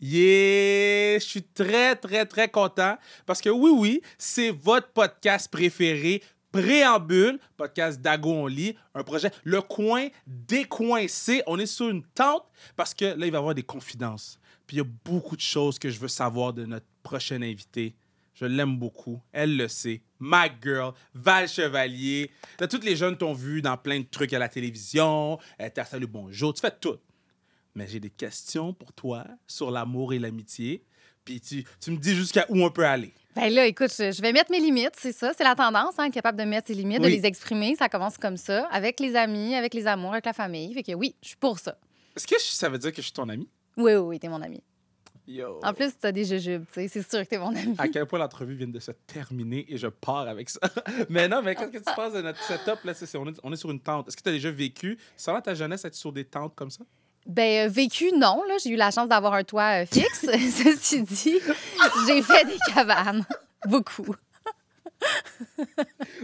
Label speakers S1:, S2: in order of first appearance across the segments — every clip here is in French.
S1: Yeah! Je suis très, très, très content parce que oui, oui, c'est votre podcast préféré. Préambule, podcast Dago on lit, un projet, le coin décoincé. On est sur une tente parce que là, il va y avoir des confidences. Puis il y a beaucoup de choses que je veux savoir de notre prochaine invitée. Je l'aime beaucoup. Elle le sait. My girl, Val Chevalier. Là, toutes les jeunes t'ont vu dans plein de trucs à la télévision. Euh, T'as salut, bonjour. Tu fais tout mais j'ai des questions pour toi sur l'amour et l'amitié. Puis tu, tu me dis jusqu'à où on peut aller.
S2: Ben là, écoute, je, je vais mettre mes limites, c'est ça. C'est la tendance, hein, être capable de mettre ses limites, de
S1: Oui.
S2: les exprimer. Ça commence comme ça, avec les amis, avec les amours, avec la famille. Fait que oui, je suis pour ça.
S1: Est-ce que je- ça veut dire que je suis ton ami?
S2: Oui, oui, oui, t'es mon ami.
S1: Yo.
S2: En plus, t'as des jujubes, tu sais, c'est sûr que t'es mon ami.
S1: À quel point l'entrevue vient de se terminer et je pars avec ça. mais non, mais qu'est-ce que tu penses de notre setup? Là, C'est- c'est- on, est, on est sur une tente. Est-ce que tu as déjà vécu, sans ta jeunesse, être sur des tentes comme ça?
S2: Ben, euh, vécu, non, là. J'ai eu la chance d'avoir un toit euh, fixe. Ceci dit, j'ai fait des cabanes. Beaucoup.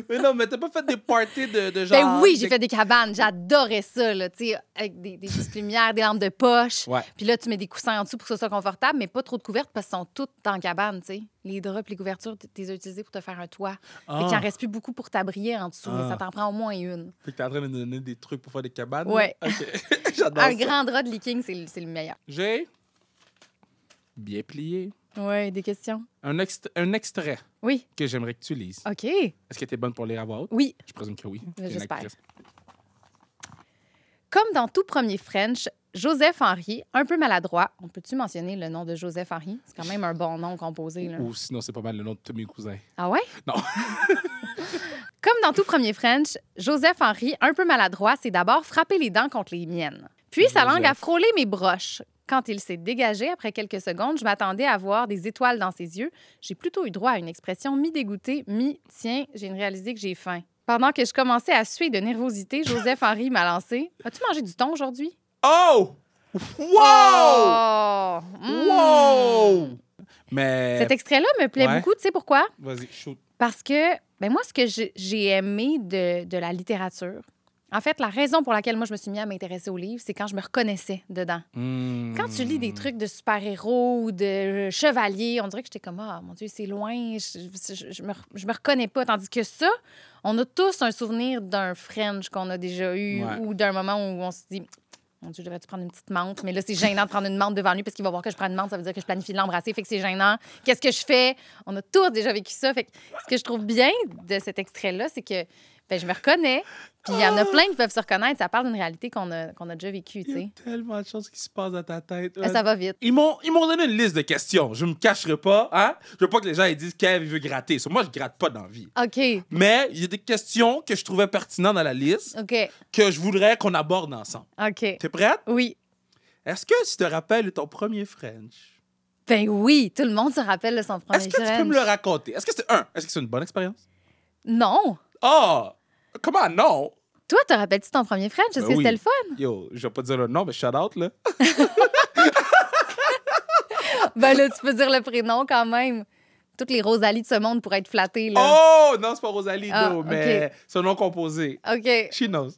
S1: Mais non, mais t'as pas fait des parties de, de genre.
S2: Ben oui, j'ai
S1: de-
S2: fait des cabanes. J'adorais ça, là, tu sais, avec des, des petites lumières, des lampes de poche.
S1: Ouais.
S2: Puis là, tu mets des coussins en dessous pour que ce soit confortable, mais pas trop de couvertes parce qu'ils sont toutes en cabane, tu sais. Les draps, les couvertures, tu les as utilisées pour te faire un toit. Fait qu'il
S1: Ah.
S2: en reste plus beaucoup pour t'abrier en dessous, mais
S1: Ah.
S2: ça t'en prend au moins une.
S1: Fait que t'es en train de nous donner des trucs pour faire des cabanes?
S2: Ouais.
S1: là? OK. J'adore
S2: Un
S1: ça.
S2: grand drap de leaking, c'est le, c'est le meilleur.
S1: J'ai bien plié
S2: Ouais, des questions?
S1: un, ext- un extrait
S2: Oui.
S1: que j'aimerais que tu lises.
S2: OK.
S1: Est-ce que t'es bonne pour lire à voix haute?
S2: Oui.
S1: Je présume que oui.
S2: Mais
S1: T'es une
S2: Euh, j'espère.
S1: actrice.
S2: Comme dans tout premier French, Joseph Henry, un peu maladroit. On peut-tu mentionner le nom de Joseph Henry? C'est quand même un bon nom composé. Là.
S1: Ou sinon, c'est pas mal le nom de tous mes cousins.
S2: Ah ouais?
S1: Non.
S2: Comme dans tout premier French, Joseph Henry, un peu maladroit, s'est d'abord frappé les dents contre les miennes. Puis sa langue a
S1: Joseph.
S2: frôlé mes broches. Quand il s'est dégagé après quelques secondes, je m'attendais à voir des étoiles dans ses yeux. J'ai plutôt eu droit à une expression mi-dégoûtée, mi-tiens, j'ai réalisé que j'ai faim. Pendant que je commençais à suer de nervosité, Joseph Henry m'a lancé As-tu mangé du thon aujourd'hui?
S1: Oh! Wow!
S2: Oh! Mm.
S1: Wow! Hmm. Mais.
S2: Cet extrait-là me plaît
S1: Ouais.
S2: beaucoup. Tu sais pourquoi?
S1: Vas-y, shoot.
S2: Parce que, ben moi, ce que j'ai- j'ai aimé de, de la littérature, en fait, la raison pour laquelle moi, je me suis mis à m'intéresser aux livres, c'est quand je me reconnaissais dedans. Hmm. Quand tu lis
S1: Hmm.
S2: des trucs de super-héros ou de euh, chevaliers, on dirait que j'étais comme, ah, mon Dieu, c'est loin, je, je, je me, re- je me reconnais pas. Tandis que ça, on a tous un souvenir d'un French qu'on a déjà eu
S1: Ouais.
S2: ou d'un moment où on se dit, mon Dieu, devrais-tu prendre une petite menthe? Mais là, c'est gênant de prendre une menthe devant lui parce qu'il va voir que je prends une menthe, ça veut dire que je planifie de l'embrasser, fait que c'est gênant. Qu'est-ce que je fais? On a tous déjà vécu ça. Fait que ce que je trouve bien de cet extrait-là, c'est que ben, je me reconnais. Puis il y en a plein qui peuvent se reconnaître. Ça parle d'une réalité qu'on a, qu'on a déjà vécue, tu
S1: Il y a
S2: sais.
S1: tellement de choses qui se passent dans ta tête.
S2: Euh, Ça va vite.
S1: Ils m'ont, ils m'ont donné une liste de questions. Je me cacherai pas, hein? Je veux pas que les gens ils disent Kev, il veut gratter. Sur moi, je gratte pas dans la vie.
S2: OK,
S1: Mais il y a des questions que je trouvais pertinentes dans la liste
S2: OK,
S1: que je voudrais qu'on aborde ensemble.
S2: OK.
S1: T'es prête?
S2: Oui.
S1: Est-ce que tu te rappelles de ton premier French?
S2: Ben oui, tout le monde se rappelle de son premier
S1: Est-ce que tu peux
S2: French.
S1: me le raconter? Est-ce que c'est un? Est-ce que c'est une bonne expérience?
S2: Non.
S1: Ah! Comment non?
S2: Toi, te rappelles-tu ton premier French? Est-ce
S1: Ben
S2: que
S1: oui.
S2: c'était le fun?
S1: Yo, je vais pas dire le nom, mais shout out, là.
S2: Ben là, tu peux dire le prénom quand même. Toutes les Rosalie de ce monde pourraient être flattées, là.
S1: Oh! Non, c'est pas Rosalie,
S2: Ah,
S1: no,
S2: ok.
S1: mais son nom composé.
S2: OK.
S1: She knows.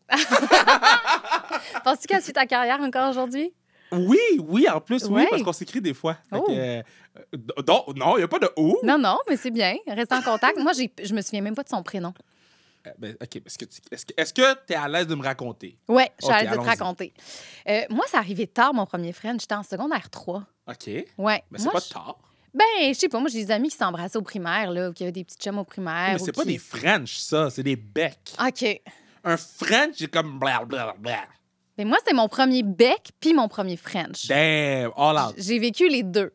S2: Penses-tu qu'elle suit ta carrière encore aujourd'hui?
S1: Oui, oui, en plus, oui,
S2: Ouais.
S1: parce qu'on s'écrit des fois. Fait
S2: Oh.
S1: que, euh, euh, donc, non, il n'y a pas de ou.
S2: Non, non, mais c'est bien. Reste en contact. Moi, j'ai- je me souviens même pas de son prénom.
S1: Euh, ben, OK, est-ce que tu est-ce que- est-ce que t'es à l'aise de me raconter?
S2: Ouais, je suis à
S1: Ok,
S2: l'aise de te
S1: allons-y.
S2: raconter. Euh, moi, ça arrivait tard, mon premier French. J'étais en secondaire 3.
S1: OK, mais
S2: Ouais.
S1: c'est
S2: Moi,
S1: pas
S2: je-
S1: tard.
S2: Ben, je sais pas. Moi, j'ai des amis qui s'embrassaient au primaire, là, ou qui avaient des petites chums au primaire.
S1: mais
S2: ou
S1: c'est pas
S2: qui-
S1: des French, ça, c'est des becs.
S2: OK.
S1: Un French, c'est comme blablabla.
S2: Ben, moi, c'était mon premier bec, puis mon premier French.
S1: Ben, Damn, all out.
S2: J'ai vécu les deux.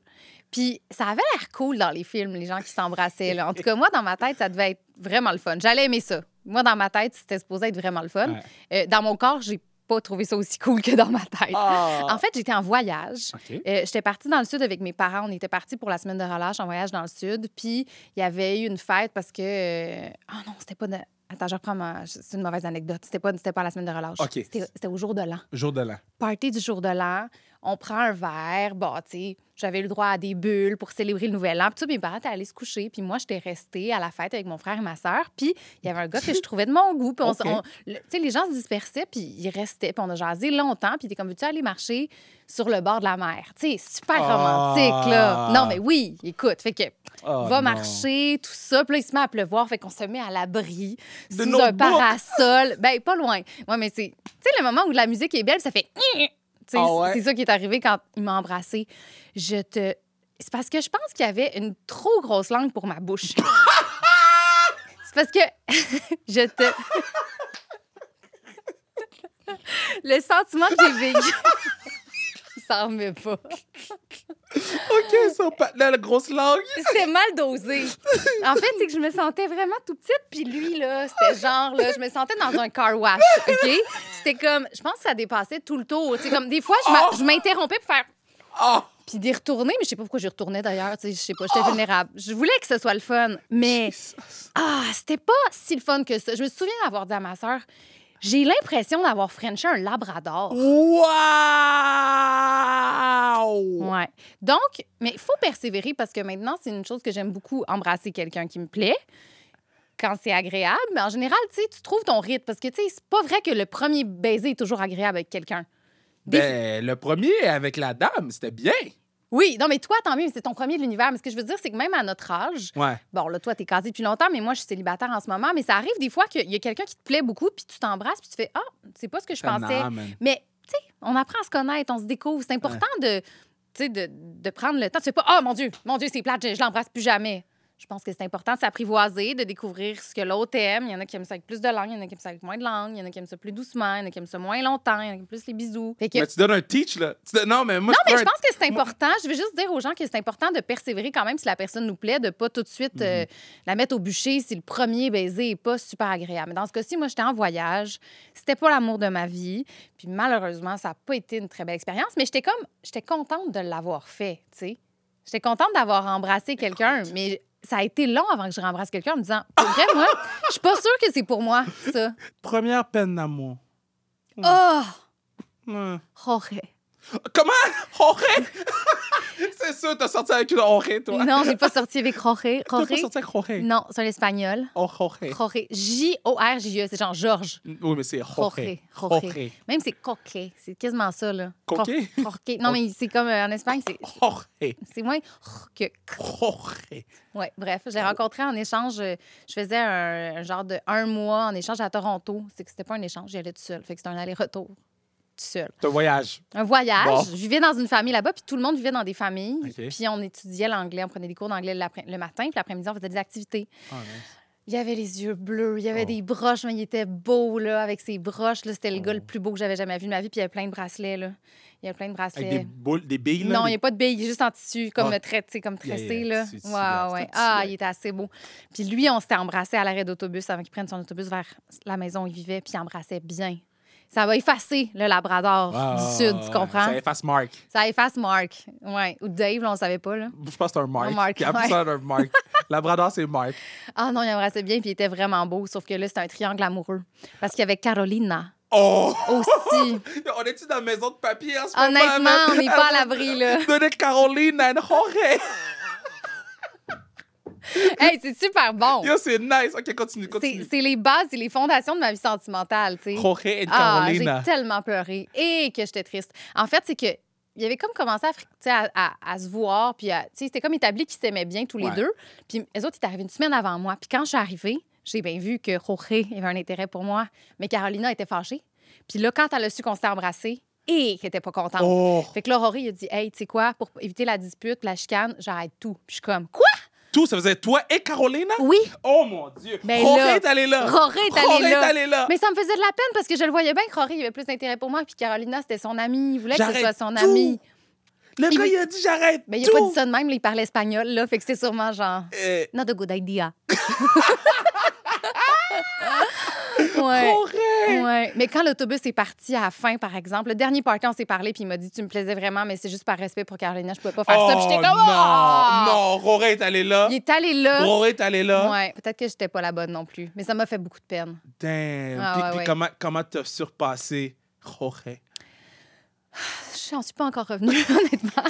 S2: Puis ça avait l'air cool dans les films, les gens qui s'embrassaient. là. En tout cas, moi, dans ma tête, ça devait être vraiment le fun. J'allais aimer ça. Moi, dans ma tête, c'était supposé être vraiment le fun.
S1: Ouais.
S2: Euh, dans mon corps, j'ai pas trouvé ça aussi cool que dans ma tête.
S1: Ah.
S2: En fait, j'étais en voyage.
S1: OK.
S2: Euh, J'étais partie dans le sud avec mes parents. On était partis pour la semaine de relâche en voyage dans le sud. Puis il y avait eu une fête parce que. euh, Oh non, c'était pas. de- Attends, je reprends ma. C'est une mauvaise anecdote. C'était pas, c'était pas à la semaine de relâche.
S1: OK.
S2: C'était c'était au jour de l'an.
S1: Jour de l'an.
S2: Party du jour de l'an. on prend un verre. Bon, tu sais, j'avais eu le droit à des bulles pour célébrer le nouvel an. Puis tout, mes parents étaient allés se coucher. Puis moi, j'étais restée à la fête avec mon frère et ma sœur. Puis il y avait un gars que je trouvais de mon goût. Puis on, s-
S1: Ok.
S2: on- le- tu sais, les gens se dispersaient, puis ils restaient. Puis on a jasé longtemps. Puis t'es comme, veux-tu aller marcher sur le bord de la mer? Tu sais, super
S1: Ah.
S2: romantique, là. Non, mais oui, écoute. Fait que
S1: Ah,
S2: va
S1: non.
S2: marcher, tout ça. Puis là, il se met à pleuvoir, fait qu'on se met à l'abri
S1: De
S2: sous
S1: nos
S2: un
S1: boucs.
S2: parasol. ben, pas loin. Ouais, mais c'est, tu sais, le moment où la musique est belle, ça fait. Tu sais,
S1: Ah ouais?
S2: C'est ça qui est arrivé quand il m'a embrassé. Je te. C'est parce que je pense qu'il y avait une trop grosse langue pour ma bouche. c'est parce que je te. le sentiment que j'ai vécu. il s'en remet pas.
S1: OK, ça, pa- la la grosse langue.
S2: C'était mal dosé. En fait, c'est que je me sentais vraiment tout petite, puis lui, là, c'était genre, là, je me sentais dans un car wash, OK? C'était comme, je pense que ça dépassait tout le tour. Tu sais, comme des fois, je m'a-
S1: Oh!
S2: je m'interrompais pour faire,
S1: Ah!
S2: puis d'y retourner, mais je sais pas pourquoi j'y retournais d'ailleurs, tu sais, je sais pas, j'étais vulnérable. Je voulais que ce soit le fun, mais
S1: Jesus.
S2: ah, c'était pas si le fun que ça. Je me souviens d'avoir dit à ma sœur, j'ai l'impression d'avoir frenché un labrador.
S1: Wow!
S2: Ouais. Donc, mais il faut persévérer parce que maintenant, c'est une chose que j'aime beaucoup, embrasser quelqu'un qui me plaît quand c'est agréable. Mais en général, tu sais, tu trouves ton rythme parce que, tu sais, c'est pas vrai que le premier baiser est toujours agréable avec quelqu'un. Des-
S1: Ben, le premier avec la dame, c'était bien.
S2: Oui, non, mais toi, tant mieux, c'est ton premier de l'univers. Mais ce que je veux dire, c'est que même à notre âge,
S1: Ouais.
S2: bon, là, toi, t'es casé depuis longtemps, mais moi, je suis célibataire en ce moment, mais ça arrive des fois qu'il y a quelqu'un qui te plaît beaucoup, puis tu t'embrasses, puis tu fais Ah, c'est pas ce que je pensais.
S1: Ah, man.
S2: Mais, tu sais, on apprend à se connaître, on se découvre. C'est important de, tu sais, de, de prendre le temps. Tu fais pas, oh mon Dieu, mon Dieu, c'est plate, je, je l'embrasse plus jamais. Je pense que c'est important de s'apprivoiser, de découvrir ce que l'autre aime. Il y en a qui aiment ça avec plus de langue, il y en a qui aiment ça avec moins de langue, il y en a qui aiment ça plus doucement, il y en a qui aiment ça moins longtemps, il y en a qui aiment plus les bisous. Fait que-
S1: Mais tu donnes un teach, là. Tu don- Non, mais moi,
S2: non, mais
S1: peux
S2: je
S1: un-
S2: pense que c'est
S1: moi-
S2: important. Je veux juste dire aux gens que c'est important de persévérer quand même si la personne nous plaît, de pas tout de suite euh,
S1: Mm-hmm.
S2: la mettre au bûcher si le premier baiser est pas super agréable. Mais dans ce cas-ci, moi, j'étais en voyage. C'était pas l'amour de ma vie. Puis malheureusement, ça n'a pas été une très belle expérience. Mais j'étais comme, j'étais contente de l'avoir fait, tu sais. J'étais contente d'avoir embrassé quelqu'un, mais ça a été long avant que je rembrasse quelqu'un en me disant, pour vrai, moi, je suis pas sûre que c'est pour moi, ça.
S1: Première peine d'amour.
S2: Oh,
S1: Ouais.
S2: Jorge.
S1: Comment? Horé? c'est sûr, t'as sorti avec une horé, toi.
S2: Non, j'ai pas sorti avec Jorge.
S1: T'as pas
S2: Jorge?
S1: sorti avec horé.
S2: Non, c'est un espagnol.
S1: Oh, horé.
S2: Jorge. J-O-R-J-E. E, C'est genre Georges.
S1: Oui, mais c'est horé.
S2: Jorge. Jorge. Même c'est coquet. C'est quasiment ça, là.
S1: Coquet?
S2: Cor- Jorge. Non, mais c'est comme euh, en Espagne, c'est,
S1: Horé.
S2: c'est moins r- que. cr-
S1: Horé.
S2: Ouais, bref. J'ai rencontré en échange, euh, je faisais un, un genre de un mois en échange à Toronto. C'est que c'était pas un échange, j'y allais tout seul. Fait que c'était un aller-retour. Tout seul.
S1: Ton voyage.
S2: Un voyage.
S1: Bon.
S2: Je vivais dans une famille là-bas, puis tout le monde vivait dans des familles.
S1: OK.
S2: Puis on étudiait l'anglais, on prenait des cours d'anglais l'après- le matin, puis l'après-midi, on faisait des activités.
S1: Ah,
S2: Il avait les yeux bleus, il avait
S1: Oh.
S2: des broches, mais il était beau, là, avec ses broches. Là, c'était le gars le
S1: Oh.
S2: plus beau que j'avais jamais vu de ma vie, puis il y avait plein de bracelets, là. Il y avait plein de bracelets.
S1: Avec des boules, des billes, là.
S2: Non, il n'y
S1: des-
S2: a pas de billes, il est juste en tissu, comme
S1: Ah.
S2: trai- tu sais, comme
S1: Yeah, yeah,
S2: tressé.
S1: tissu, tissu,
S2: là.
S1: là,
S2: Ouais, ouais.
S1: c'est un
S2: Ah,
S1: tissu,
S2: il était assez beau. Puis lui, on s'était embrassé à l'arrêt d'autobus avant qu'il prenne son autobus vers la maison où il vivait, puis il embrassait bien. Ça va effacer le Labrador
S1: Ouais,
S2: du
S1: ouais,
S2: Sud,
S1: ouais,
S2: tu
S1: ouais.
S2: comprends?
S1: Ah, Ça efface Mark.
S2: Ça efface Mark. Ouais. Ou Dave, là, on ne savait pas. Là.
S1: Je pense que c'est un Mark.
S2: Un Mark,
S1: Puis après
S2: ouais.
S1: ça, un Mark. Labrador, c'est Mark.
S2: Ah non, il embrassait bien, puis il était vraiment beau, sauf que là, c'était un triangle amoureux. Parce qu'il y avait Carolina
S1: Oh!
S2: aussi.
S1: On est-tu dans la maison de papier en ce moment?
S2: Honnêtement,
S1: man?
S2: on n'est pas à l'abri, là.
S1: Donnez Caroline à Jorge.
S2: Hey, c'est super bon.
S1: Yo, c'est nice. OK, continue,
S2: C'est
S1: continue.
S2: c'est les bases, c'est les fondations de ma vie sentimentale, tu sais.
S1: Jorge et
S2: Ah, j'ai
S1: Carolina.
S2: tellement pleuré et que j'étais triste. En fait, c'est que il avait comme commencé à, fri- tu sais, à, à- à se voir, puis à- tu sais, c'était comme établi qu'ils s'aimaient bien tous les
S1: Ouais.
S2: deux. Puis les autres étaient arrivés une semaine avant moi. Puis quand je suis arrivée, j'ai bien vu que Jorge avait un intérêt pour moi, mais Carolina était fâchée. Puis là, quand elle a su qu'on s'était embrassés et qu'elle était pas contente,
S1: Oh,
S2: fait que là, Rory, il a dit Hey, tu sais quoi, pour éviter la dispute, la chicane, j'arrête tout. Puis je suis comme Quoi
S1: tout, ça faisait toi et Carolina?
S2: Oui
S1: Oh mon Dieu.
S2: Ben
S1: Jorge
S2: là,
S1: est allé là.
S2: Rory est
S1: Jorge
S2: allé là.
S1: allé là.
S2: Mais ça me faisait de la peine parce que je le voyais bien que Rory il avait plus d'intérêt pour moi, puis Carolina, c'était son amie. Il voulait que ce
S1: J'arrête
S2: soit son
S1: tout.
S2: amie.
S1: Le
S2: il-
S1: gars, il a dit j'arrête.
S2: Mais il
S1: tout.
S2: a pas dit ça de même, là, il parlait espagnol, là. Fait que c'est sûrement genre.
S1: Euh,
S2: Not a good idea. ouais.
S1: Jorge.
S2: Ouais. Mais quand l'autobus est parti à la fin, par exemple, le dernier party, on s'est parlé, puis il m'a dit Tu me plaisais vraiment, mais c'est juste par respect pour Carolina, je pouvais pas faire ça. Puis j'étais comme Ah!
S1: Oh non, non, Jorge est allé là.
S2: Il est allé là.
S1: Rory est allé là.
S2: Ouais, peut-être que j'étais pas la bonne non plus, mais ça m'a fait beaucoup de peine.
S1: Damn.
S2: Ah,
S1: puis
S2: ouais,
S1: puis
S2: ouais.
S1: comment comment t'as surpassé Jorge?
S2: J'en suis pas encore revenue, honnêtement.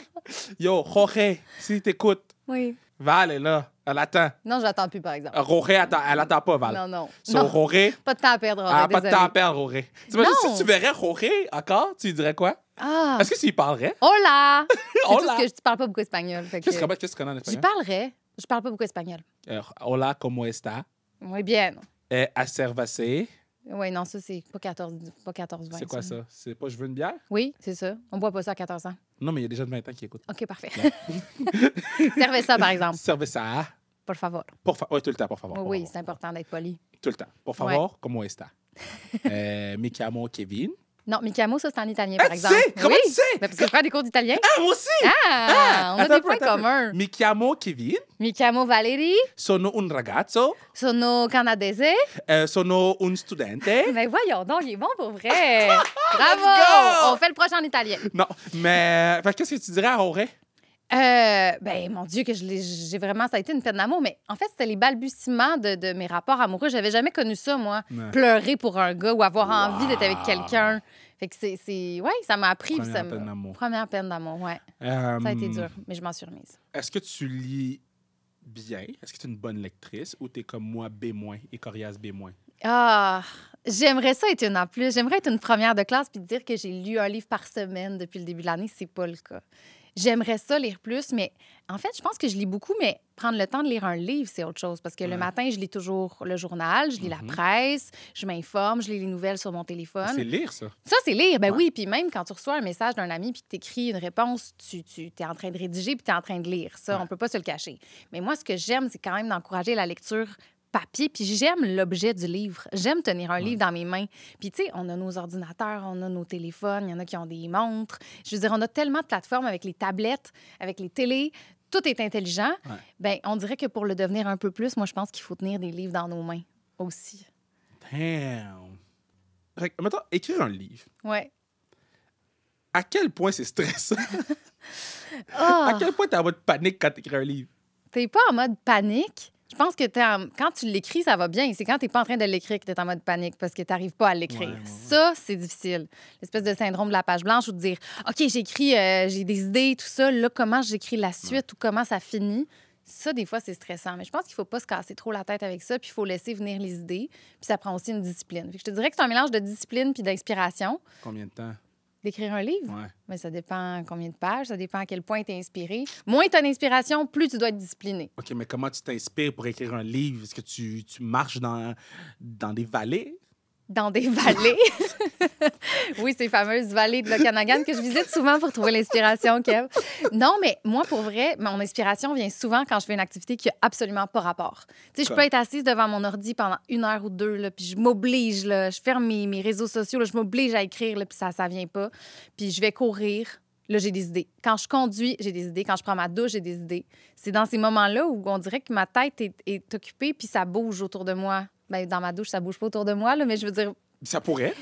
S1: Yo, Jorge, si t'écoutes,
S2: Oui.
S1: Val est là. Elle attend.
S2: Non, j'attends plus, par exemple.
S1: Jorge, attend, elle attend pas, Val.
S2: Non, non.
S1: So,
S2: Non,
S1: Jorge, elle
S2: Pas de temps à perdre, Auré,
S1: a Ah, pas de
S2: désolée.
S1: temps à perdre, Jorge. T'imagines
S2: Non.
S1: si tu verrais Jorge encore, tu lui dirais quoi?
S2: Ah!
S1: Est-ce que tu lui parlerais?
S2: Hola! C'est tout
S1: Hola.
S2: ce que je tu parles pas beaucoup espagnol. fait que-
S1: Qu'est-ce que- comment- qu'est-ce qu'on a en
S2: J'y
S1: espagnol?
S2: parlerais. Je parle pas beaucoup espagnol.
S1: Euh, hola, como está?
S2: Muy bien.
S1: Eh, acervacé.
S2: Oui, non, ça, c'est pas 14, pas 14 20
S1: C'est quoi ça? C'est pas je veux une bière?
S2: Oui, c'est ça. On boit pas ça à 14 ans.
S1: Non, mais il y a des gens de 20 ans qui écoutent.
S2: OK, parfait. Servez ça, par exemple.
S1: Servez ça.
S2: Por favor.
S1: Por fa- ouais, tout le temps, por favor.
S2: Oui,
S1: por
S2: oui,
S1: favor.
S2: c'est important d'être poli.
S1: Tout le temps. Por favor, como está? euh, mi chiamo Kevin.
S2: Non, Micamo, ça, c'est en italien,
S1: Ah,
S2: par
S1: tu
S2: exemple.
S1: sais? Comment
S2: oui.
S1: tu sais?
S2: Ben, parce que je prends des cours d'italien.
S1: Ah, moi aussi!
S2: Ah!
S1: Ah!
S2: on a
S1: Attends,
S2: des points
S1: attends, attends.
S2: communs.
S1: Mi chiamo Kevin.
S2: Micamo Valérie,
S1: Sono un ragazzo.
S2: sono canadese.
S1: Euh, sono un studente.
S2: Mais Ben, voyons donc, il est bon pour vrai.
S1: Let's go!
S2: Bravo! On fait le prochain en italien.
S1: non, mais fait que qu'est-ce que tu dirais à Auré?
S2: Euh, ben, mon Dieu, que je l'ai- j'ai vraiment, ça a été une peine d'amour, mais en fait, c'était les balbutiements de, de mes rapports amoureux. J'avais jamais connu ça, moi.
S1: Ouais.
S2: Pleurer pour un gars ou avoir
S1: Wow.
S2: envie d'être avec quelqu'un. Fait que c'est. c'est- Ouais, ça m'a appris. puis
S1: Première
S2: ça m'a-
S1: peine d'amour.
S2: Première peine d'amour, ouais.
S1: Euh,
S2: Ça a été dur, mais je m'en suis remise.
S1: Est-ce que tu lis bien? Est-ce que tu es une bonne lectrice ou t'es comme moi B- et coriace B-?
S2: Ah, j'aimerais ça être une en plus. J'aimerais être une première de classe puis dire que j'ai lu un livre par semaine depuis le début de l'année. C'est pas le cas. J'aimerais ça lire plus, mais en fait, je pense que je lis beaucoup, mais prendre le temps de lire un livre, c'est autre chose. Parce que
S1: Ouais.
S2: le matin, je lis toujours le journal, je lis
S1: Mhm.
S2: la presse, je m'informe, je lis les nouvelles sur mon téléphone.
S1: C'est lire, ça.
S2: Ça, c'est lire. Ben
S1: Ouais.
S2: oui, puis même quand tu reçois un message d'un ami puis que tu écris une réponse, tu, tu es en train de rédiger puis tu es en train de lire. Ça,
S1: Ouais.
S2: on peut pas se le cacher. Mais moi, ce que j'aime, c'est quand même d'encourager la lecture papier, puis j'aime l'objet du livre. J'aime tenir un
S1: Ouais.
S2: livre dans mes mains. Puis tu sais, on a nos ordinateurs, on a nos téléphones, il y en a qui ont des montres. Je veux dire, on a tellement de plateformes avec les tablettes, avec les télés. Tout est intelligent.
S1: Ouais.
S2: Ben, on dirait que pour le devenir un peu plus, moi, je pense qu'il faut tenir des livres dans nos mains aussi.
S1: Damn. Fait que, mettons, écrire un livre.
S2: Ouais.
S1: À quel point c'est stressant?
S2: Ah!
S1: À quel point t'es en mode panique quand t'écris un livre?
S2: T'es pas en mode panique. Je pense que t'es en- quand tu l'écris, ça va bien. C'est quand t'es pas en train de l'écrire que t'es en mode panique parce que t'arrives pas à l'écrire.
S1: Ouais, ouais, ouais.
S2: Ça, c'est difficile. L'espèce de syndrome de la page blanche où de dire OK, j'écris, euh, j'ai des idées, tout ça. Là, comment j'écris la suite ou comment ça finit? Ça, des fois, c'est stressant. Mais je pense qu'il faut pas se casser trop la tête avec ça. Puis il faut laisser venir les idées. Puis ça prend aussi une discipline. Fait que je te dirais que c'est un mélange de discipline puis d'inspiration.
S1: Combien de temps?
S2: D'écrire un livre,
S1: Ouais.
S2: mais ça dépend combien de pages, ça dépend à quel point t'es inspiré. Moins t'as d'inspiration, plus tu dois être discipliné.
S1: OK, mais comment tu t'inspires pour écrire un livre? Est-ce que tu, tu marches dans, dans des vallées?
S2: dans des vallées. oui, ces fameuses vallées de l'Okanagan que je visite souvent pour trouver l'inspiration, Kev. Non, mais moi, pour vrai, mon inspiration vient souvent quand je fais une activité qui a absolument pas rapport. Tu sais, je
S1: Comme.
S2: peux être assise devant mon ordi pendant une heure ou deux, là, puis je m'oblige, là, je ferme mes, mes réseaux sociaux, là, je m'oblige à écrire, là, puis ça, ça vient pas. Puis je vais courir. Là, j'ai des idées. Quand je conduis, j'ai des idées. Quand je prends ma douche, j'ai des idées. C'est dans ces moments-là où on dirait que ma tête est, est occupée puis ça bouge autour de moi. Ben, dans ma douche, ça bouge pas autour de moi, là, mais je veux dire.
S1: Ça pourrait.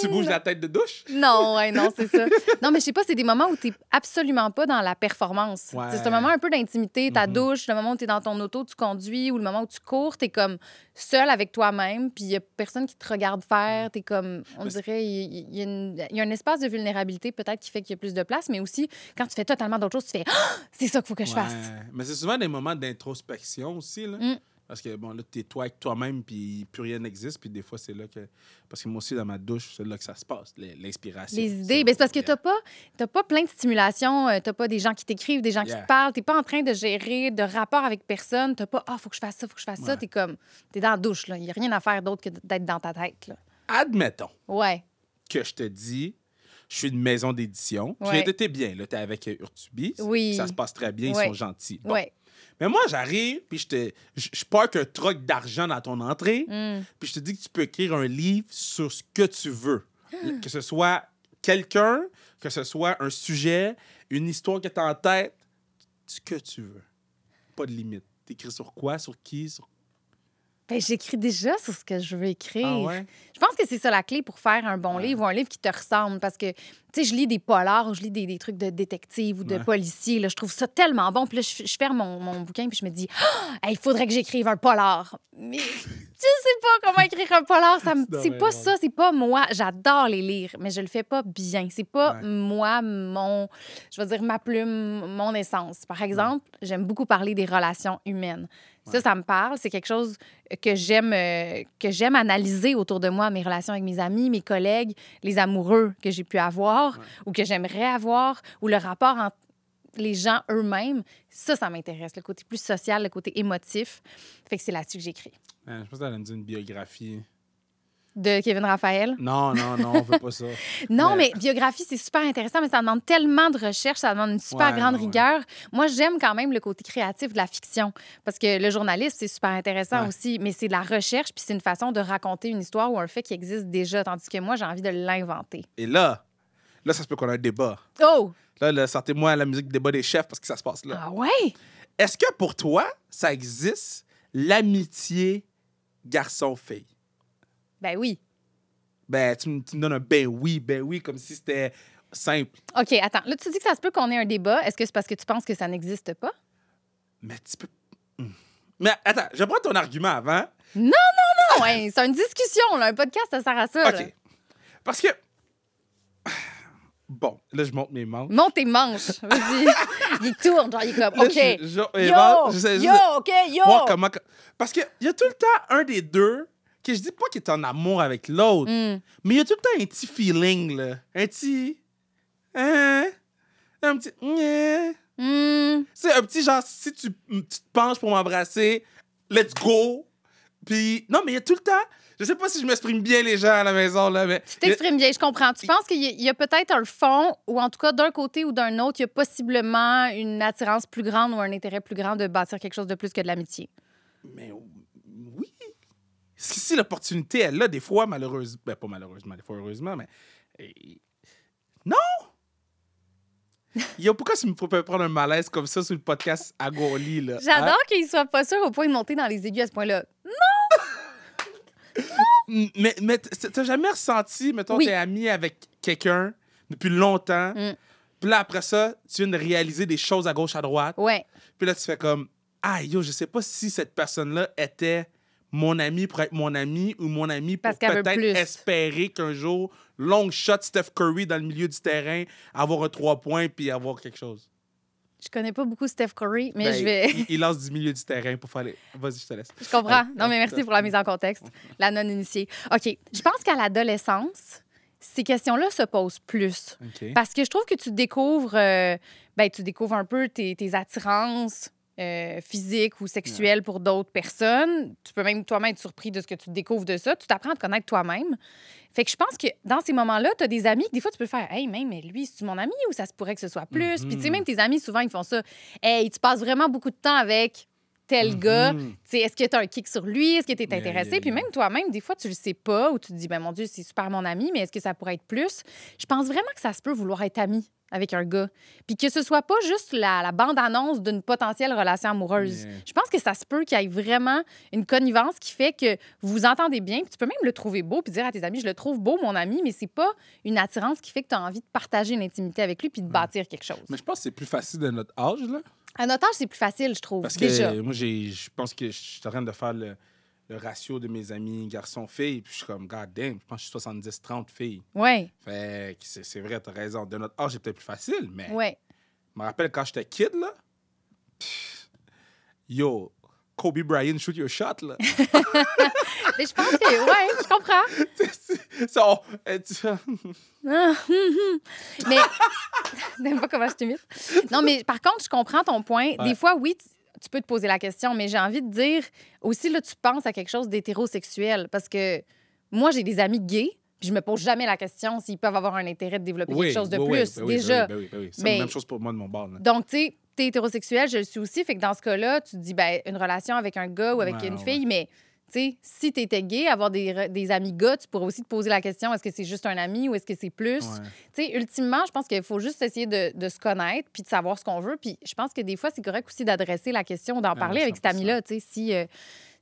S1: Tu bouges la tête de douche?
S2: Hmm. Non, ouais, non, c'est ça. Non, mais je sais pas, c'est des moments où tu absolument pas dans la performance.
S1: Ouais.
S2: C'est un moment un peu d'intimité, ta
S1: Mhm.
S2: douche, le moment où tu es dans ton auto, tu conduis, ou le moment où tu cours, tu es comme seul avec toi-même, puis il y a personne qui te regarde
S1: Mm.
S2: faire, tu es comme, on
S1: Mais c'est-
S2: dirait, il il- il y, a une- il y a un espace de vulnérabilité peut-être qui fait qu'il y a plus de place, mais aussi quand tu fais totalement d'autres choses, tu fais, Ah! c'est ça qu'il faut que je
S1: Ouais.
S2: fasse.
S1: Mais c'est souvent des moments d'introspection aussi. Là.
S2: Mm.
S1: Parce que, bon, là, t'es toi avec toi-même, puis plus rien n'existe. Puis des fois, c'est là que. Parce que moi aussi, dans ma douche, c'est là que ça se passe, les- l'inspiration.
S2: Les idées. Ben, c'est parce que t'as pas, t'as pas plein de stimulation, euh, t'as pas des gens qui t'écrivent, des gens qui
S1: Yeah.
S2: te parlent, t'es pas en train de gérer de rapport avec personne, t'as pas, ah, faut que je fasse ça, faut que je fasse
S1: Ouais.
S2: ça, t'es comme, t'es dans la douche, là. Y a rien à faire d'autre que d'être dans ta tête, là.
S1: Admettons
S2: Ouais.
S1: que je te dis. Je suis une maison d'édition. Tu
S2: Ouais.
S1: étais bien, là. T'es avec euh, Urtubi.
S2: Oui.
S1: Ça se passe très bien,
S2: Ouais.
S1: ils sont gentils. Bon.
S2: Ouais.
S1: Mais moi, j'arrive, puis je te. Je je parque un troc d'argent dans ton entrée.
S2: Mm.
S1: puis je te dis que tu peux écrire un livre sur ce que tu veux. Que ce soit quelqu'un, que ce soit un sujet, une histoire que tu en tête, ce que tu veux. Pas de limite. T'écris sur quoi, sur qui, sur...
S2: Ben, j'écris déjà sur ce que je veux écrire.
S1: Ah ouais?
S2: Je pense que c'est ça la clé pour faire un bon
S1: Ouais.
S2: livre ou un livre qui te ressemble. Parce que, tu tu sais, je lis des polars ou je lis des, des trucs de détective ou de
S1: Ouais.
S2: policier. Là, je trouve ça tellement bon. Puis là, je, je ferme mon, mon bouquin puis je me dis, Ah, il faudrait que j'écrive un polar. Mais je sais pas comment écrire un polar. Ça me-
S1: C'est
S2: C'est
S1: dommage
S2: pas
S1: drôle.
S2: ça, c'est pas moi. J'adore les lire, mais je le fais pas bien. C'est pas
S1: Ouais.
S2: moi, mon, je vais dire ma plume, mon essence. Par exemple, j'aime beaucoup parler des relations humaines. Ça,
S1: Ouais.
S2: ça me parle. C'est quelque chose que j'aime euh, que j'aime analyser autour de moi, mes relations avec mes amis, mes collègues, les amoureux que j'ai pu avoir
S1: Ouais.
S2: ou que j'aimerais avoir, ou le rapport entre les gens eux-mêmes. Ça, ça m'intéresse. Le côté plus social, le côté émotif. Fait que c'est là-dessus que j'écris.
S1: Hein, je pense qu'elle a dit une biographie.
S2: De Kevin Raphaël.
S1: Non, non, non, on veut pas ça.
S2: Non,
S1: Mais-
S2: mais biographie, c'est super intéressant, mais ça demande tellement de recherche, ça demande une super
S1: Ouais,
S2: grande
S1: ouais, ouais.
S2: rigueur. Moi, j'aime quand même le côté créatif de la fiction, parce que le journaliste, c'est super intéressant
S1: Ouais.
S2: aussi, mais c'est de la recherche, puis c'est une façon de raconter une histoire ou un fait qui existe déjà, tandis que moi, j'ai envie de l'inventer.
S1: Et là, là, ça se peut qu'on ait un débat.
S2: Oh!
S1: Là, là, sortez-moi la musique débat des chefs parce que ça se passe là.
S2: Ah ouais?
S1: Est-ce que pour toi, ça existe l'amitié garçon-fille?
S2: Ben oui.
S1: Ben, tu, me- tu me donnes un ben oui, ben oui, comme si c'était simple.
S2: OK, attends. Là, tu dis que ça se peut qu'on ait un débat. Est-ce que c'est parce que tu penses que ça n'existe pas?
S1: Mais tu peux. Hmm. Mais attends, je prends ton argument avant.
S2: Non, hein, c'est une discussion, là. Un podcast, ça sert à ça. là.
S1: OK. Parce que. Bon, là, je monte mes manches.
S2: Monte tes manches. Vas-y. il tourne, genre, il est comme,
S1: Là,
S2: OK.
S1: je- je- mes
S2: Yo!
S1: manches, j'essaie juste
S2: yo,
S1: de
S2: OK, yo!
S1: voir comment- Parce qu'il y a tout le temps un des deux que je dis pas qu'il est en amour avec l'autre,
S2: Hmm.
S1: mais il y a tout le temps un petit feeling, là. Un petit. Hein? Un petit. Hein?
S2: Hmm.
S1: C'est un petit genre, si tu, tu te penches pour m'embrasser, let's go. Puis, non, mais il y a tout le temps. Je sais pas si je m'exprime bien les gens à la maison, là, mais.
S2: Tu t'exprimes bien, je comprends. Tu penses qu'il y a- il y a, peut-être un fond, ou en tout cas d'un côté ou d'un autre, il y a possiblement une attirance plus grande ou un intérêt plus grand de bâtir quelque chose de plus que de l'amitié.
S1: Mais mm, oui. Si, si l'opportunité est là, des fois, malheureusement. Ben, pas malheureusement, des fois, heureusement, mais. Eh, Non! Yo, pourquoi tu me fais prendre un malaise comme ça sur le podcast à Gorli, là? hein?
S2: J'adore qu'il soit pas sûr au point de monter dans les aigus à ce point-là.
S1: M- Mais, mais t- t'as jamais ressenti, mettons,
S2: Oui.
S1: t'es ami avec quelqu'un depuis longtemps,
S2: Mm.
S1: puis là, après ça, tu viens de réaliser des choses à gauche, à droite,
S2: Ouais.
S1: puis là, tu fais comme, ah, yo, je sais pas si cette personne-là était mon ami pour être mon ami ou mon ami pour
S2: Parce qu'elle veut
S1: peut-être
S2: plus.
S1: espérer qu'un jour, long shot Steph Curry dans le milieu du terrain, avoir un trois points puis avoir quelque chose.
S2: Je connais pas beaucoup Steph Curry, mais
S1: Ben,
S2: je vais.
S1: il, il lance du milieu du terrain pour faire les... Vas-y, je te laisse.
S2: Je comprends.
S1: Allez,
S2: Non, mais merci pour la mise en contexte. La non-initiée. OK. Je pense qu'à l'adolescence, ces questions-là se posent plus.
S1: OK.
S2: Parce que je trouve que tu découvres, euh, ben, tu découvres un peu tes, tes attirances euh, physiques ou sexuelles pour d'autres personnes. Tu peux même toi-même être surpris de ce que tu découvres de ça. Tu t'apprends à te connaître toi-même. Fait que je pense que dans ces moments-là, tu as des amis que des fois, tu peux faire Hey, même, mais lui, c'est mon ami ou ça se pourrait que ce soit plus. Puis, tu sais,
S1: Mhm.
S2: même tes amis, souvent, ils font ça. Hey, tu passes vraiment beaucoup de temps avec tel gars.
S1: Mhm.
S2: Tu sais, est-ce que tu as un kick sur lui? Est-ce que tu es
S1: Yeah, yeah,
S2: intéressé?
S1: yeah.
S2: Puis même toi-même, des fois, tu le sais pas ou tu te dis, ben mon Dieu, c'est super mon ami, mais est-ce que ça pourrait être plus? Je pense vraiment que ça se peut vouloir être ami avec un gars. Puis que ce soit pas juste la, la bande-annonce d'une potentielle relation amoureuse.
S1: Yeah.
S2: Je pense que ça se peut qu'il y ait vraiment une connivence qui fait que vous vous entendez bien. Puis tu peux même le trouver beau puis dire à tes amis, je le trouve beau, mon ami, mais c'est pas une attirance qui fait que tu as envie de partager une intimité avec lui puis de bâtir quelque chose.
S1: Mais je pense que c'est plus facile de notre âge, là.
S2: À notre âge, c'est plus facile, je trouve,
S1: Parce que
S2: déjà.
S1: moi, j'ai- je pense que je suis en train de faire le, le ratio de mes amis garçons-filles. Puis je suis comme, God damn, je pense que je suis 70-30 filles.
S2: Ouais,
S1: Fait que c'est c'est vrai, t'as raison. De notre âge, c'est peut-être plus facile, mais
S2: ouais.
S1: je me rappelle quand j'étais kid, là. pff, yo, Kobe Bryant, shoot your shot, là.
S2: Mais je pense que, ouais, je comprends.
S1: Ça, on- euh, tu-
S2: Ah, hum, hum. mais n'aime pas comment je t'imite. Non, mais par contre, je comprends ton point.
S1: Ouais.
S2: Des fois, oui, tu, tu peux te poser la question, mais j'ai envie de dire aussi là, tu penses à quelque chose d'hétérosexuel parce que moi, j'ai des amis gays, puis je me pose jamais la question s'ils peuvent avoir un intérêt de développer quelque chose de
S1: oui, oui,
S2: plus
S1: ben oui, ben
S2: déjà.
S1: oui, ben oui, ben oui. C'est
S2: Mais-
S1: la même chose pour moi de mon bar, là.
S2: Donc, tu sais, t'es hétérosexuel, je le suis aussi. Fait que dans ce cas-là, tu te dis, ben, une relation avec un gars ou avec
S1: Ouais,
S2: une
S1: ouais.
S2: fille, mais sais, si tu étais gay, avoir des, re- des amis gars, tu pourrais aussi te poser la question est-ce que c'est juste un ami ou est-ce que c'est plus
S1: Ouais.
S2: Tu sais, ultimement, je pense qu'il faut juste essayer de, de se connaître puis de savoir ce qu'on veut. Puis je pense que des fois, c'est correct aussi d'adresser la question, d'en
S1: oui,
S2: parler avec cet
S1: 100%.
S2: ami-là. Tu sais, si, euh,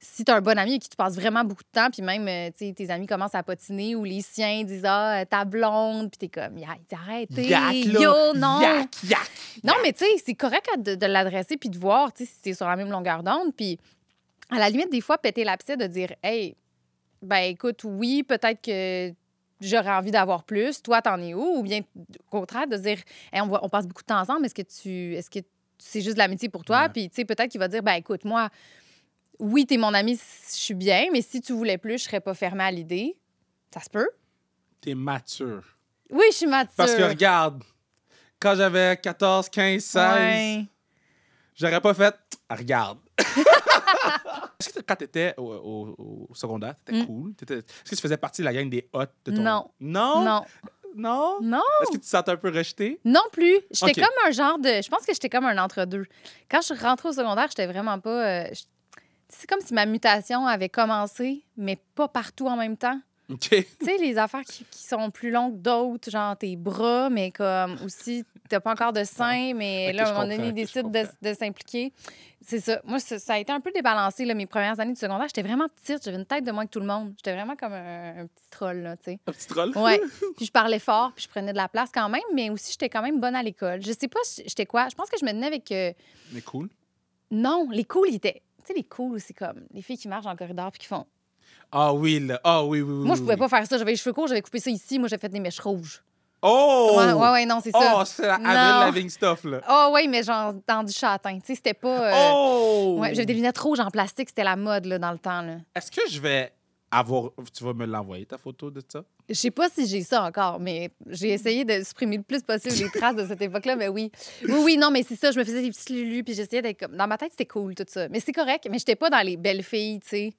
S2: si tu as un bon ami avec qui tu passes vraiment beaucoup de temps, puis même euh, tu sais, tes amis commencent à potiner ou les siens disent Ah, euh, ta blonde, puis t'es comme Yaï, arrête,
S1: Yak, là.
S2: yo, non.
S1: Yak, yak.
S2: Non, mais tu sais, c'est correct à- de, de l'adresser puis de voir tu sais, si t'es sur la même longueur d'onde. Puis à la limite, des fois, péter l'abcès de dire Hey, ben écoute, oui, peut-être que j'aurais envie d'avoir plus. Toi, t'en es où? Ou bien, au contraire, de dire Hey, on, va- on passe beaucoup de temps ensemble. Est-ce que tu. Est-ce que c'est juste de l'amitié pour toi?
S1: Ouais.
S2: Puis, tu sais, peut-être qu'il va dire Ben écoute, moi, oui, t'es mon ami, je suis bien, mais si tu voulais plus, je serais pas fermée à l'idée. Ça se peut?
S1: T'es mature.
S2: Oui, je suis mature.
S1: Parce que regarde, quand j'avais 14, 15, 16,
S2: Ouais.
S1: j'aurais pas fait Ah, regarde. Est-ce que t- quand t'étais au, au, au secondaire, t'étais
S2: Mm.
S1: cool? T'étais- Est-ce que tu faisais partie de la gang des hot de ton.
S2: Non.
S1: Non?
S2: Non,
S1: Non?
S2: non.
S1: Est-ce que tu te sentais un peu rejeté?
S2: Non plus. J'étais
S1: Ok.
S2: comme un genre de. Je pense que j'étais comme un entre-deux. Quand je suis rentrée au secondaire, j'étais vraiment pas. euh, je- C'est comme si ma mutation avait commencé, mais pas partout en même temps.
S1: OK.
S2: Tu sais, les affaires qui, qui sont plus longues que d'autres, genre tes bras, mais comme aussi, t'as pas encore de sein, mais
S1: Ok,
S2: là, à
S1: je
S2: un moment donné,
S1: comprends,
S2: ils
S1: ok, je
S2: décident de, de s'impliquer. C'est ça. Moi, ça, ça a été un peu débalancé, là, mes premières années du secondaire. J'étais vraiment petite, j'avais une tête de moins que tout le monde. J'étais vraiment comme un, un petit troll, là, tu sais.
S1: Un petit troll?
S2: Ouais. Puis je parlais fort, puis je prenais de la place quand même, mais aussi j'étais quand même bonne à l'école. Je sais pas si j'étais quoi. Je pense que je me tenais avec euh,
S1: Mais cool.
S2: non, les cools ils étaient tu sais, les cools, c'est comme les filles qui marchent dans le corridor puis qui font.
S1: Ah oui, là. Ah oui, oui, oui.
S2: Moi, je
S1: oui,
S2: pouvais
S1: oui.
S2: pas faire ça. J'avais les cheveux courts, j'avais coupé ça ici. Moi, j'avais fait des mèches rouges.
S1: Oh!
S2: Ouais, ouais, ouais, non, c'est
S1: Oh,
S2: ça.
S1: c'est la Avril
S2: Non.
S1: Lavigne stuff, là.
S2: Ah, ouais, mais genre dans du châtain. Tu sais, c'était pas. euh,
S1: Oh!
S2: ouais, j'avais des lunettes rouges en plastique, c'était la mode, là, dans le temps, là.
S1: Est-ce que je vais avoir. Tu vas me l'envoyer, ta photo de ça?
S2: Je sais pas si j'ai ça encore, mais j'ai
S1: Mm.
S2: essayé de supprimer le plus possible les traces de cette époque-là, mais oui. Oui, oui, non, mais c'est ça, je me faisais des petits lulus, puis j'essayais d'être comme... Dans ma tête, c'était cool, tout ça. Mais c'est correct, mais j'étais pas dans les belles filles, tu sais,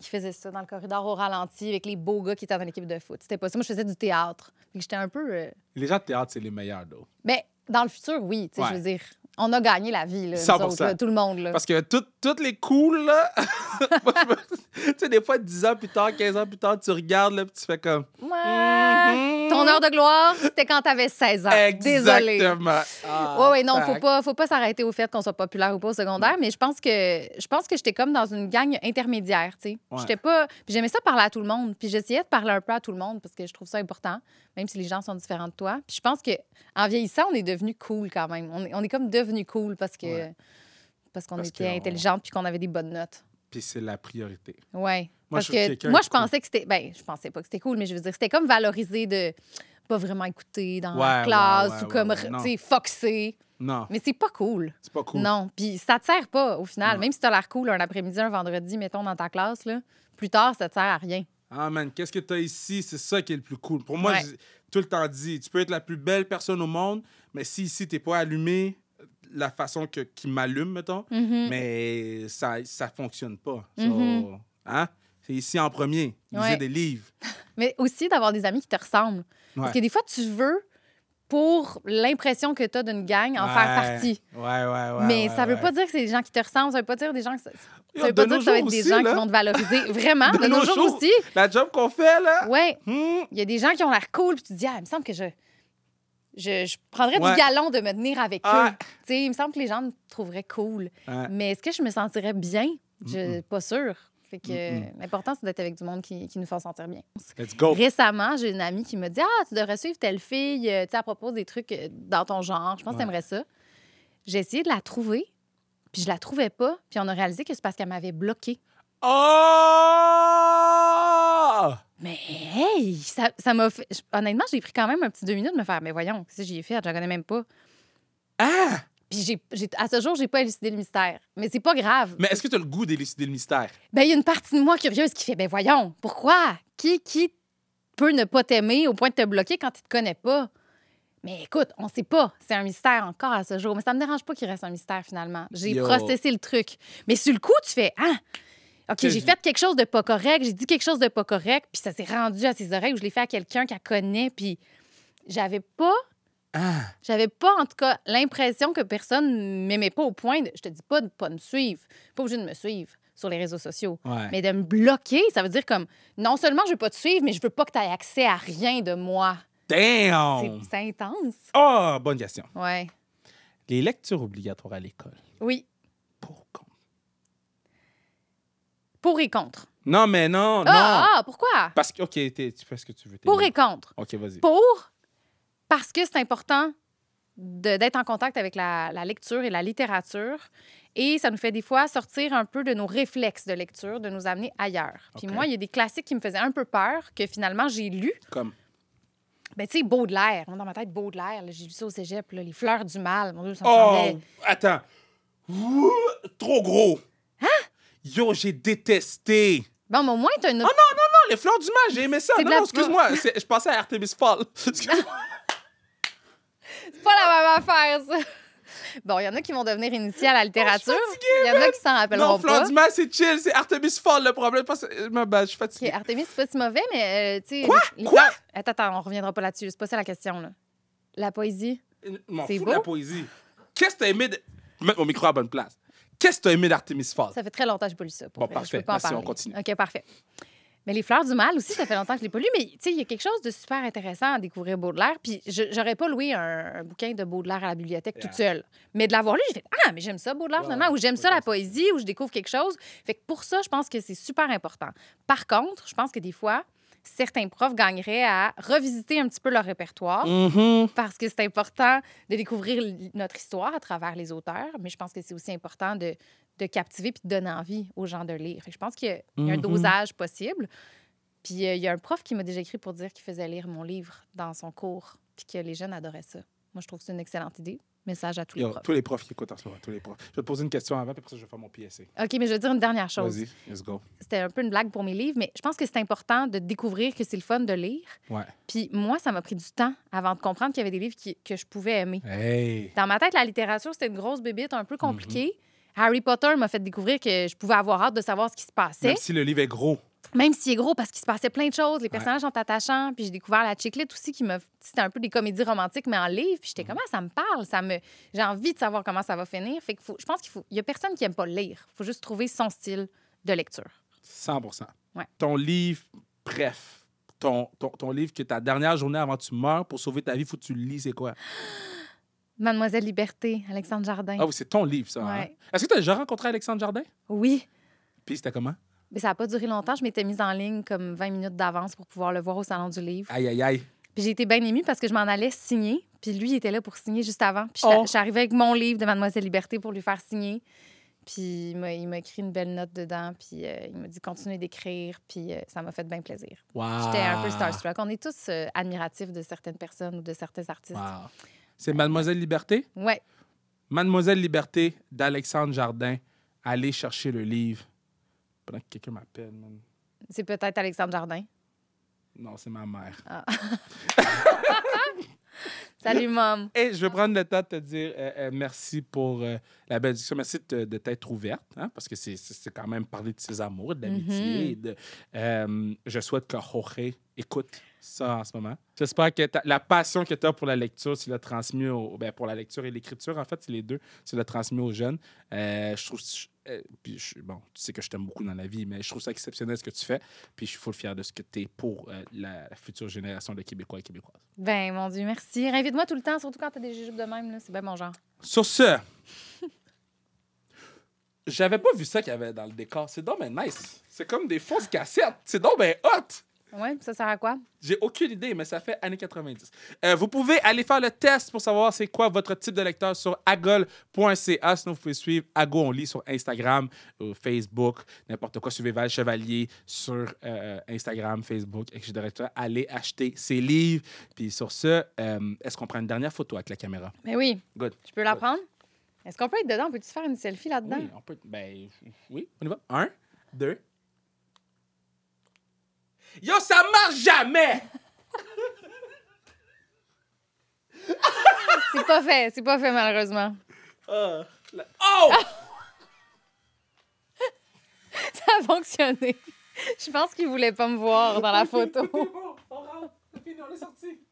S2: qui faisaient ça dans le corridor au ralenti avec les beaux gars qui étaient dans l'équipe de foot. C'était pas ça. Moi, je faisais du théâtre. Fait que j'étais un peu... euh,
S1: Les gens de théâtre, c'est les meilleurs, d'eau.
S2: Mais dans le futur, oui, tu sais, je veux dire... On a gagné la vie, là, nous
S1: 100%.
S2: autres, là, tout le monde, là.
S1: Parce que tout- toutes les cools, là. moi, je me- tu sais, des fois, 10 ans plus tard, 15 ans plus tard, tu regardes, là, puis tu fais comme.
S2: Ouais. Ton heure de gloire, c'était quand t'avais 16 ans. Désolée.
S1: Mmh, Exactement. Ah,
S2: Oui, oui, non, faut
S1: tac.
S2: pas, faut pas s'arrêter au fait qu'on soit populaire ou pas au secondaire, mais je pense que je pense que j'étais comme dans une gang intermédiaire, tu sais.
S1: Ouais.
S2: J'étais pas puis j'aimais ça parler à tout le monde, puis j'essayais de parler un peu à tout le monde parce que je trouve ça important, même si les gens sont différents de toi. Puis je pense que en vieillissant, on est devenu cool quand même. On est, on est comme devenu cool parce que
S1: Ouais.
S2: parce qu'on
S1: Parce
S2: était
S1: qu'on-
S2: intelligente puis qu'on avait des bonnes notes.
S1: Puis c'est la priorité.
S2: Ouais.
S1: Moi, je
S2: parce
S1: trouve que
S2: que
S1: quelqu'un
S2: moi
S1: est
S2: je pensais que c'était ben, je pensais pas que c'était cool, mais je veux dire c'était comme valorisé de pas vraiment écouter dans
S1: Ouais,
S2: la classe
S1: ouais, ouais,
S2: ou comme
S1: ouais, ouais, non.
S2: tu sais foxer,
S1: Non,
S2: mais c'est pas cool.
S1: c'est pas cool.
S2: Non, puis ça te sert pas au final.
S1: Non.
S2: Même si t'as l'air cool un après-midi, un vendredi, mettons, dans ta classe, là, plus tard, ça te sert à rien.
S1: Ah, man, qu'est-ce que t'as ici? C'est ça qui est le plus cool. Pour moi,
S2: Ouais.
S1: j'ai tout le temps dit, tu peux être la plus belle personne au monde, mais si ici, t'es pas allumé euh, la façon que, qui m'allume, mettons,
S2: Mm.
S1: mais ça, ça fonctionne pas. So,
S2: Mhm.
S1: hein? C'est ici en premier. Lisez
S2: Ouais.
S1: des livres.
S2: Mais aussi d'avoir des amis qui te ressemblent. Parce que
S1: Ouais.
S2: des fois, tu veux, pour l'impression que t'as d'une gang, en faire
S1: Ouais.
S2: partie.
S1: Ouais, ouais, ouais.
S2: mais
S1: ouais,
S2: ça veut
S1: ouais.
S2: pas dire que c'est des gens qui te ressemblent, ça veut pas dire des gens que ça,
S1: Yo,
S2: ça veut
S1: de
S2: pas dire
S1: nos
S2: que ça va être
S1: jours
S2: des
S1: aussi,
S2: gens
S1: là.
S2: qui vont te valoriser. Vraiment, de, nos jours aussi.
S1: La job qu'on fait, là.
S2: Ouais,
S1: hmm,
S2: il y a des gens qui ont l'air cool, puis tu te dis, ah, il me semble que je. Je, je prendrais
S1: Ouais.
S2: du galon de me tenir avec
S1: Ah.
S2: eux. Tu sais, il me semble que les gens me trouveraient cool.
S1: ouais.
S2: Mais est-ce que je me sentirais bien? Je pas sûre. Fait que
S1: Mm-mm.
S2: euh, l'important, c'est d'être avec du monde qui, qui nous fait sentir bien.
S1: Let's go.
S2: Récemment, j'ai une amie qui me dit Ah, tu devrais suivre telle fille, euh, tu sais, à propos des trucs euh, dans ton genre. Je pense
S1: Ouais.
S2: que t'aimerais ça. J'ai essayé de la trouver, puis je la trouvais pas, puis on a réalisé que c'est parce qu'elle m'avait bloquée.
S1: Oh!
S2: Mais hey, ça ça m'a fait. je- Honnêtement, j'ai pris quand même un petit deux minutes de me faire Mais voyons, si j'y ai fait, je la connais même pas.
S1: Ah!
S2: Puis j'ai, j'ai- à ce jour, j'ai pas élucidé le mystère. Mais c'est pas grave.
S1: Mais est-ce que tu as le goût d'élucider le mystère?
S2: Ben, il y a une partie de moi curieuse qui fait ben voyons, pourquoi qui qui peut ne pas t'aimer au point de te bloquer quand il te connaît pas Mais écoute, on sait pas, c'est un mystère encore à ce jour, mais ça me dérange pas qu'il reste un mystère finalement. J'ai
S1: Yo.
S2: processé le truc. Mais sur le coup, tu fais ah OK,
S1: Que
S2: j'ai
S1: je-
S2: fait quelque chose de pas correct, j'ai dit quelque chose de pas correct, puis ça s'est rendu à ses oreilles ou je l'ai fait à quelqu'un qu'elle connaît, puis j'avais pas
S1: Ah!
S2: j'avais pas, en tout cas, l'impression que personne m'aimait pas au point de. Je te dis pas de pas me suivre. Pas obligé de me suivre. sur les réseaux sociaux.
S1: Ouais.
S2: Mais de me bloquer, ça veut dire comme non seulement je veux pas te suivre, mais je veux pas que tu aies accès à rien de moi. C'est
S1: Damn!
S2: c'est intense.
S1: Ah, bonne question.
S2: Ouais.
S1: Les lectures obligatoires à l'école.
S2: Oui.
S1: Pour con.
S2: Pour et contre.
S1: Non, mais Oh, non, non.
S2: Ah, ah, pourquoi?
S1: Parce que, OK, t'es- tu fais ce que tu veux. t'es
S2: Pour et
S1: libre.
S2: contre.
S1: OK, vas-y.
S2: Pour, parce que c'est important de- d'être en contact avec la, la lecture et la littérature. Et ça nous fait des fois sortir un peu de nos réflexes de lecture, de nous amener ailleurs. Puis
S1: OK.
S2: moi, il y a des classiques qui me faisaient un peu peur, que finalement j'ai lu.
S1: Comme.
S2: Ben, tu sais, Baudelaire. Moi, dans ma tête, Baudelaire, là, j'ai lu ça au cégep, là, les fleurs du mal. Mon Dieu, ça me
S1: Oh,
S2: semblait-
S1: attends. Ouh, trop gros. Hein? Yo, j'ai détesté.
S2: Bon, mais au moins, t'as une. autre-
S1: Oh Non, les fleurs du mal, j'ai aimé ça.
S2: C'est
S1: Non,
S2: de la- Ah,
S1: non, excuse-moi. c'est- Je pensais à Artemis Fall. Excuse-moi.
S2: C'est pas la même affaire, ça. Bon, il y en a qui vont devenir initiés à la littérature. Il y en a qui s'en
S1: non,
S2: rappelleront
S1: fleurs
S2: pas.
S1: du mal, c'est chill. C'est Artemis Fall le problème. Parce que- Je me bats, je suis
S2: Ok,
S1: fatiguée.
S2: Artemis, c'est pas si mauvais, mais euh, tu sais.
S1: Quoi?
S2: les- les
S1: Quoi?
S2: fleurs- Attends, attends, on reviendra pas là-dessus. C'est pas ça la question, là. La poésie.
S1: Je m'en
S2: C'est
S1: fous de la
S2: beau.
S1: poésie. Qu'est-ce que t'as aimé de. Mettre mon micro à la bonne place. Qu'est-ce que t'as aimé d'Artemis Fall?
S2: Ça fait très longtemps que j'ai pas lu ça. pour
S1: Bon,
S2: vrai.
S1: parfait.
S2: Je peux pas en
S1: Merci, on
S2: parler.
S1: continue.
S2: OK, parfait. Mais les fleurs du mal aussi, ça fait longtemps que je l'ai pas lu. Mais tu sais, il y a quelque chose de super intéressant à découvrir Baudelaire. Puis je- j'aurais pas loué un, un bouquin de Baudelaire à la bibliothèque
S1: Yeah.
S2: toute seule. Mais de l'avoir lu, j'ai fait Ah, mais j'aime ça, Baudelaire,
S1: Ah. Ouais,
S2: finalement,
S1: ouais,
S2: ou j'aime ça, la
S1: Baudelaire,
S2: poésie, ou je découvre quelque chose. Fait que pour ça, je pense que c'est super important. Par contre, je pense que des fois, certains profs gagneraient à revisiter un petit peu leur répertoire
S1: Mhm.
S2: parce que c'est important de découvrir l- notre histoire à travers les auteurs, mais je pense que c'est aussi important de, de captiver puis de donner envie aux gens de lire. Fait que je pense qu'il y a, il y a un
S1: Mhm.
S2: dosage possible. Puis euh, il y a un prof qui m'a déjà écrit pour dire qu'il faisait lire mon livre dans son cours, puis que les jeunes adoraient ça. Moi, je trouve que c'est une excellente idée. Message à tous les
S1: Yo,
S2: profs.
S1: tous les profs qui écoutent en ce moment, tous les profs. Je vais te poser une question avant, puis après ça, je vais faire mon PSC.
S2: OK, mais je veux dire une dernière chose.
S1: Vas-y, let's go.
S2: C'était un peu une blague pour mes livres, mais je pense que c'est important de découvrir que c'est le fun de lire.
S1: Ouais.
S2: Puis moi, ça m'a pris du temps avant de comprendre qu'il y avait des livres qui- que je pouvais aimer.
S1: Hey.
S2: Dans ma tête, la littérature, c'était une grosse bébite
S1: Mhm.
S2: un peu compliquée. Harry Potter m'a fait découvrir que je pouvais avoir hâte de savoir ce qui se passait,
S1: Même si le livre est gros.
S2: même s'il est gros, parce qu'il se passait plein de choses. Les personnages sont attachants. Puis j'ai découvert la chiclette aussi, qui m'a. C'était un peu des comédies romantiques, mais en livre. Puis
S1: Mhm.
S2: j'étais comme, Ah, ça me parle, ça me. J'ai envie de savoir comment ça va finir. Fait que faut... je pense qu'il faut. Il y a personne qui aime pas lire. faut juste trouver son style de lecture.
S1: 100
S2: Ouais.
S1: Ton livre, bref, ton, ton, ton livre que ta dernière journée avant que tu meurs pour sauver ta vie, faut que tu le lis, c'est quoi?
S2: Mademoiselle Liberté, Alexandre Jardin.
S1: Ah oui, c'est ton livre, ça. hein?
S2: Ouais.
S1: Est-ce que tu as déjà rencontré Alexandre Jardin?
S2: Oui.
S1: Puis c'était comment?
S2: Mais ça n'a pas duré longtemps. Je m'étais mise en ligne comme 20 minutes d'avance pour pouvoir le voir au Salon du Livre.
S1: Aïe, aïe, aïe.
S2: Puis j'ai été bien émue parce que je m'en allais signer. Puis lui, il était là pour signer juste avant. Puis je
S1: Oh.
S2: je suis arrivée avec mon livre de Mademoiselle Liberté pour lui faire signer. Puis il m'a- il m'a écrit une belle note dedans. Puis euh, il m'a dit continuez d'écrire. Puis euh, ça m'a fait bien plaisir.
S1: Wow.
S2: J'étais un peu starstruck. On est tous euh, admiratifs de certaines personnes ou de certains artistes.
S1: Wow. C'est Mademoiselle Liberté?
S2: Ouais.
S1: Mademoiselle Liberté d'Alexandre Jardin. Allez chercher le livre. Pendant que quelqu'un m'appelle, man.
S2: C'est peut-être Alexandre Jardin.
S1: Non, c'est ma mère.
S2: Salut, mom.
S1: Et je vais prendre le temps de te dire euh, euh, merci pour euh, la bénédiction. Merci de, te- de t'être ouverte, hein, parce que c'est- c'est c'est quand même parler de ses amours, de l'amitié. et de- euh, je souhaite que Jorge écoute ça en ce moment. J'espère que ta- la passion que tu as pour la lecture, tu l'as transmise au- ben, pour la lecture et l'écriture, en fait, c'est les deux, tu l'as transmis aux jeunes. Euh, je trouve. je- euh, puis je- bon, tu sais que je t'aime beaucoup dans la vie, mais je trouve ça exceptionnel ce que tu fais. Puis je suis full fier de ce que tu es pour euh, la future génération de Québécois et Québécoises.
S2: Ben, mon Dieu, merci. Invite-moi tout le temps, surtout quand t'as des jujubes de même. là. C'est bien mon genre.
S1: Sur ce, j'avais pas vu ça qu'il y avait dans le décor. C'est donc ben nice. C'est comme des fausses cassettes. C'est donc ben hot.
S2: Ouais, ça sert à quoi?
S1: J'ai aucune idée, mais ça fait années 90. Euh, vous pouvez aller faire le test pour savoir c'est quoi votre type de lecteur sur agol.ca. Sinon, vous pouvez suivre Ago On Lit sur Instagram, euh, Facebook, n'importe quoi. Suivez Val Chevalier sur euh, Instagram, Facebook, etc. Allez acheter ses livres. Puis sur ce, euh, est-ce qu'on prend une dernière photo avec la caméra?
S2: Ben oui.
S1: Good.
S2: Je peux la prendre? Est-ce qu'on peut être dedans? Peux-tu faire une selfie là-dedans?
S1: Oui, on peut. Ben, oui, on y va. Un, deux. Yo, ça marche jamais!
S2: C'est pas fait, c'est pas fait malheureusement.
S1: Ah, la- Oh!
S2: Ça a fonctionné. Je pense qu'il voulait pas me voir dans la photo.
S1: bon, on rentre. C'est fini, on est sorti.